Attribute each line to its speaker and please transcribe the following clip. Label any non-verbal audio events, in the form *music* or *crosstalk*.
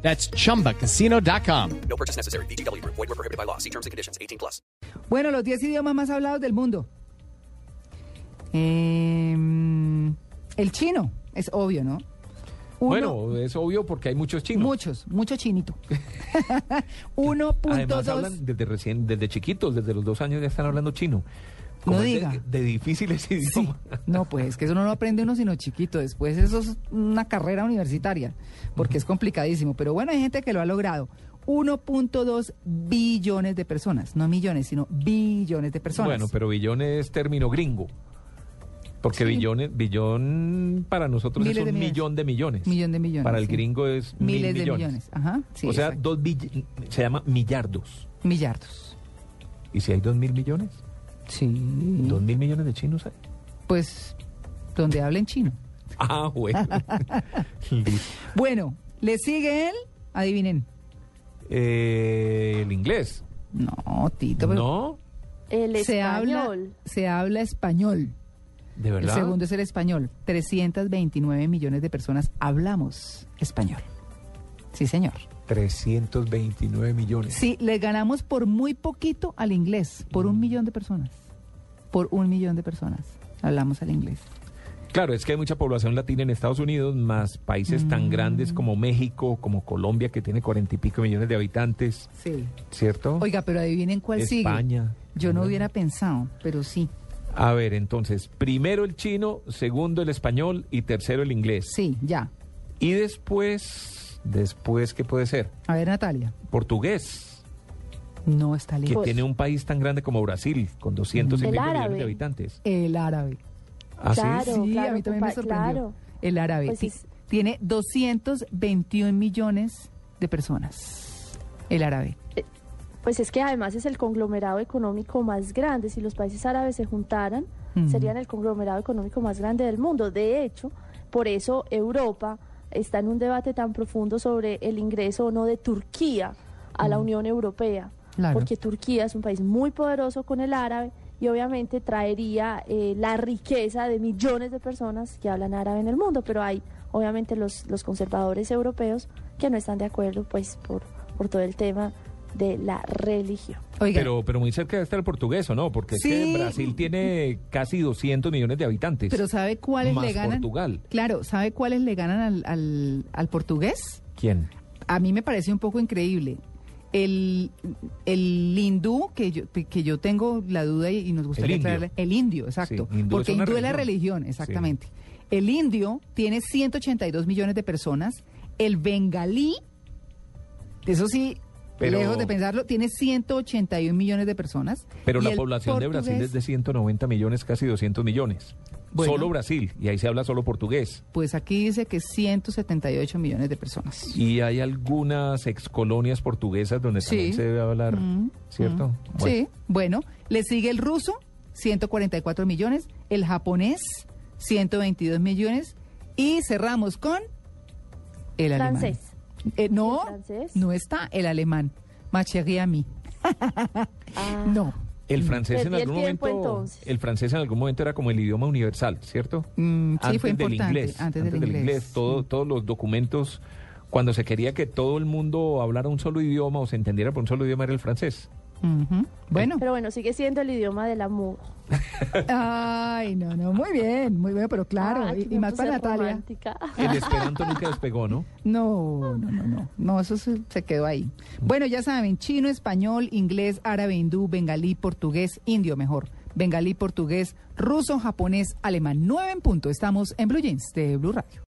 Speaker 1: That's chumbacasino.com.
Speaker 2: No purchase necessary. BGW. Void were prohibited by law. See terms and conditions. 18 plus.
Speaker 3: Bueno, los 10 idiomas más hablados del mundo. Em, el chino, es obvio, ¿no? Uno-
Speaker 4: Bueno, es obvio porque hay muchos chinos.
Speaker 3: Muchos, mucho
Speaker 4: *laughs*
Speaker 3: chinito.
Speaker 4: Además
Speaker 3: 1.2.
Speaker 4: hablan desde recién, desde chiquitos, desde los dos años ya están hablando chino.
Speaker 3: No
Speaker 4: es de-
Speaker 3: diga.
Speaker 4: De, difíciles idiomas.
Speaker 3: No, pues que eso no lo aprende uno sino chiquito. Después eso es una carrera universitaria, porque es complicadísimo. Pero bueno, hay gente que lo ha logrado. 1.2 billones de personas, no millones, sino billones de personas.
Speaker 4: Bueno, pero billón es término gringo. Porque billón, es- billón para nosotros
Speaker 3: Miles
Speaker 4: es
Speaker 3: de
Speaker 4: un
Speaker 3: millones.
Speaker 4: millón de millones.
Speaker 3: Millón de millones,
Speaker 4: Para el
Speaker 3: sí.
Speaker 4: gringo es mil
Speaker 3: miles de
Speaker 4: millones.
Speaker 3: millones. Ajá, sí,
Speaker 4: o sea,
Speaker 3: exacto.
Speaker 4: dos bill- se llama millardos.
Speaker 3: millardos.
Speaker 4: ¿Y si hay dos mil millones?
Speaker 3: Sí.
Speaker 4: ¿Dos mil millones de chinos hay? *laughs*
Speaker 3: Pues donde hablen chino.
Speaker 4: Ah, bueno.
Speaker 3: *laughs*
Speaker 4: Listo.
Speaker 3: Bueno, le sigue él, adivinen.
Speaker 4: Eh, el inglés.
Speaker 3: No, Tito, pero
Speaker 4: No,
Speaker 5: El
Speaker 3: se habla,
Speaker 5: español.
Speaker 3: se habla español.
Speaker 4: de verdad.
Speaker 3: El segundo es el español. 329 millones de personas hablamos español. Sí, señor.
Speaker 4: 329 millones.
Speaker 3: Sí, le ganamos por muy poquito al inglés, por
Speaker 4: Mm.
Speaker 3: un millón de personas. Por un millón de personas hablamos al inglés.
Speaker 4: Claro, es que hay mucha población latina en Estados Unidos, más países
Speaker 3: Mm.
Speaker 4: tan grandes como México, como Colombia, que tiene cuarenta y pico millones de habitantes,
Speaker 3: Sí.
Speaker 4: ¿cierto?
Speaker 3: Oiga, pero adivinen cuál sigue.
Speaker 4: España. Mm.
Speaker 3: Yo no hubiera pensado, pero sí.
Speaker 4: A ver, entonces, primero el chino, segundo el español y tercero el inglés.
Speaker 3: Sí, ya.
Speaker 4: Y después, después, ¿qué puede ser?
Speaker 3: A ver, Natalia.
Speaker 4: Portugués,
Speaker 3: No está
Speaker 4: que
Speaker 3: lejos.
Speaker 4: tiene un país tan grande como Brasil, con 200 y
Speaker 5: El
Speaker 4: pico
Speaker 5: árabe.
Speaker 4: millones de habitantes.
Speaker 3: El árabe.
Speaker 4: ¿Ah, sí?
Speaker 5: Claro.
Speaker 3: sí, a mí también me
Speaker 5: compa-
Speaker 3: sorprendió.
Speaker 5: claro.
Speaker 3: El árabe.
Speaker 5: Pues
Speaker 3: Ti-
Speaker 5: es-
Speaker 3: Tiene 221 millones de personas. El árabe.
Speaker 5: Pues es que además es el conglomerado económico más grande. Si los países árabes se juntaran,
Speaker 3: Ujú.
Speaker 5: serían el conglomerado económico más grande del mundo. De hecho, por eso Europa está en un debate tan profundo sobre el ingreso o no de Turquía a la Unión Europea.
Speaker 3: Claro.
Speaker 5: Porque Turquía es un país muy poderoso con el árabe y obviamente traería eh, la riqueza de millones de personas que hablan árabe en el mundo, pero hay obviamente los, los conservadores europeos que no están de acuerdo pues por, por todo el tema de la religión.
Speaker 3: Oiga, pero,
Speaker 4: Pero, pero muy cerca está el portugués, ¿o no? Porque es
Speaker 3: Sí.
Speaker 4: que Brasil tiene casi 200 millones de habitantes.
Speaker 3: ¿sabe cuáles
Speaker 4: Más
Speaker 3: le ganan?
Speaker 4: Portugal.
Speaker 3: Claro, ¿sabe cuáles le ganan al, al- al portugués?
Speaker 4: ¿Quién?
Speaker 3: A mí me parece un poco increíble. El, el hindú, que yo, que yo tengo la duda y, y nos gustaría
Speaker 4: indio.
Speaker 3: aclararle. El indio, exacto.
Speaker 4: Sí, hindú
Speaker 3: porque
Speaker 4: es una
Speaker 3: hindú es la
Speaker 4: religión.
Speaker 3: religión, exactamente. El indio tiene 182 millones de personas. El bengalí, eso sí,
Speaker 4: Pero-
Speaker 3: lejos de pensarlo, tiene 181 millones de personas.
Speaker 4: Pero
Speaker 3: Y
Speaker 4: la
Speaker 3: el
Speaker 4: población de Brasil es
Speaker 3: portugués,
Speaker 4: de 190 millones, casi 200 millones.
Speaker 3: Bueno.
Speaker 4: Solo Brasil, y ahí se habla solo portugués.
Speaker 3: Pues aquí dice que 178 millones de personas.
Speaker 4: Y hay algunas excolonias portuguesas donde
Speaker 3: Sí.
Speaker 4: también se debe hablar,
Speaker 3: Mm,
Speaker 4: ¿cierto?
Speaker 3: mm.
Speaker 4: Bueno,
Speaker 3: Sí, bueno, le sigue el ruso, 144 millones, el japonés, 122 millones, y cerramos con el
Speaker 5: Francés.
Speaker 3: alemán. Eh, no,
Speaker 5: ¿El francés?
Speaker 3: no está el alemán, Macherry a mí.
Speaker 5: Ah,
Speaker 3: No,
Speaker 4: El francés en
Speaker 5: Perdí el
Speaker 4: algún
Speaker 5: tiempo,
Speaker 4: momento,
Speaker 5: entonces.
Speaker 4: el francés en algún momento era como el idioma universal, ¿cierto?
Speaker 3: Mm, sí, fue
Speaker 4: del
Speaker 3: importante,
Speaker 4: inglés,
Speaker 3: antes del inglés.
Speaker 4: todo- todos los documentos, cuando se quería que todo el mundo hablara un solo idioma o se entendiera por un solo idioma era el francés.
Speaker 3: Ujú, bueno.
Speaker 5: Pero bueno, sigue siendo el idioma del amor.
Speaker 3: Ay, no, no, muy bien, muy bien, pero claro,
Speaker 5: Ah, aquí
Speaker 3: y, y
Speaker 5: me
Speaker 3: más
Speaker 5: puse
Speaker 3: para Natalia.
Speaker 5: romántica.
Speaker 4: El esperanto nunca despegó, ¿no?
Speaker 3: No, no, no, no. No, eso se, se quedó ahí. Bueno, ya saben, chino, español, inglés, árabe, hindú, bengalí, portugués, indio mejor. Bengalí, portugués, ruso, japonés, alemán. Nueve en punto. Estamos en Blue Jeans de Blue Radio.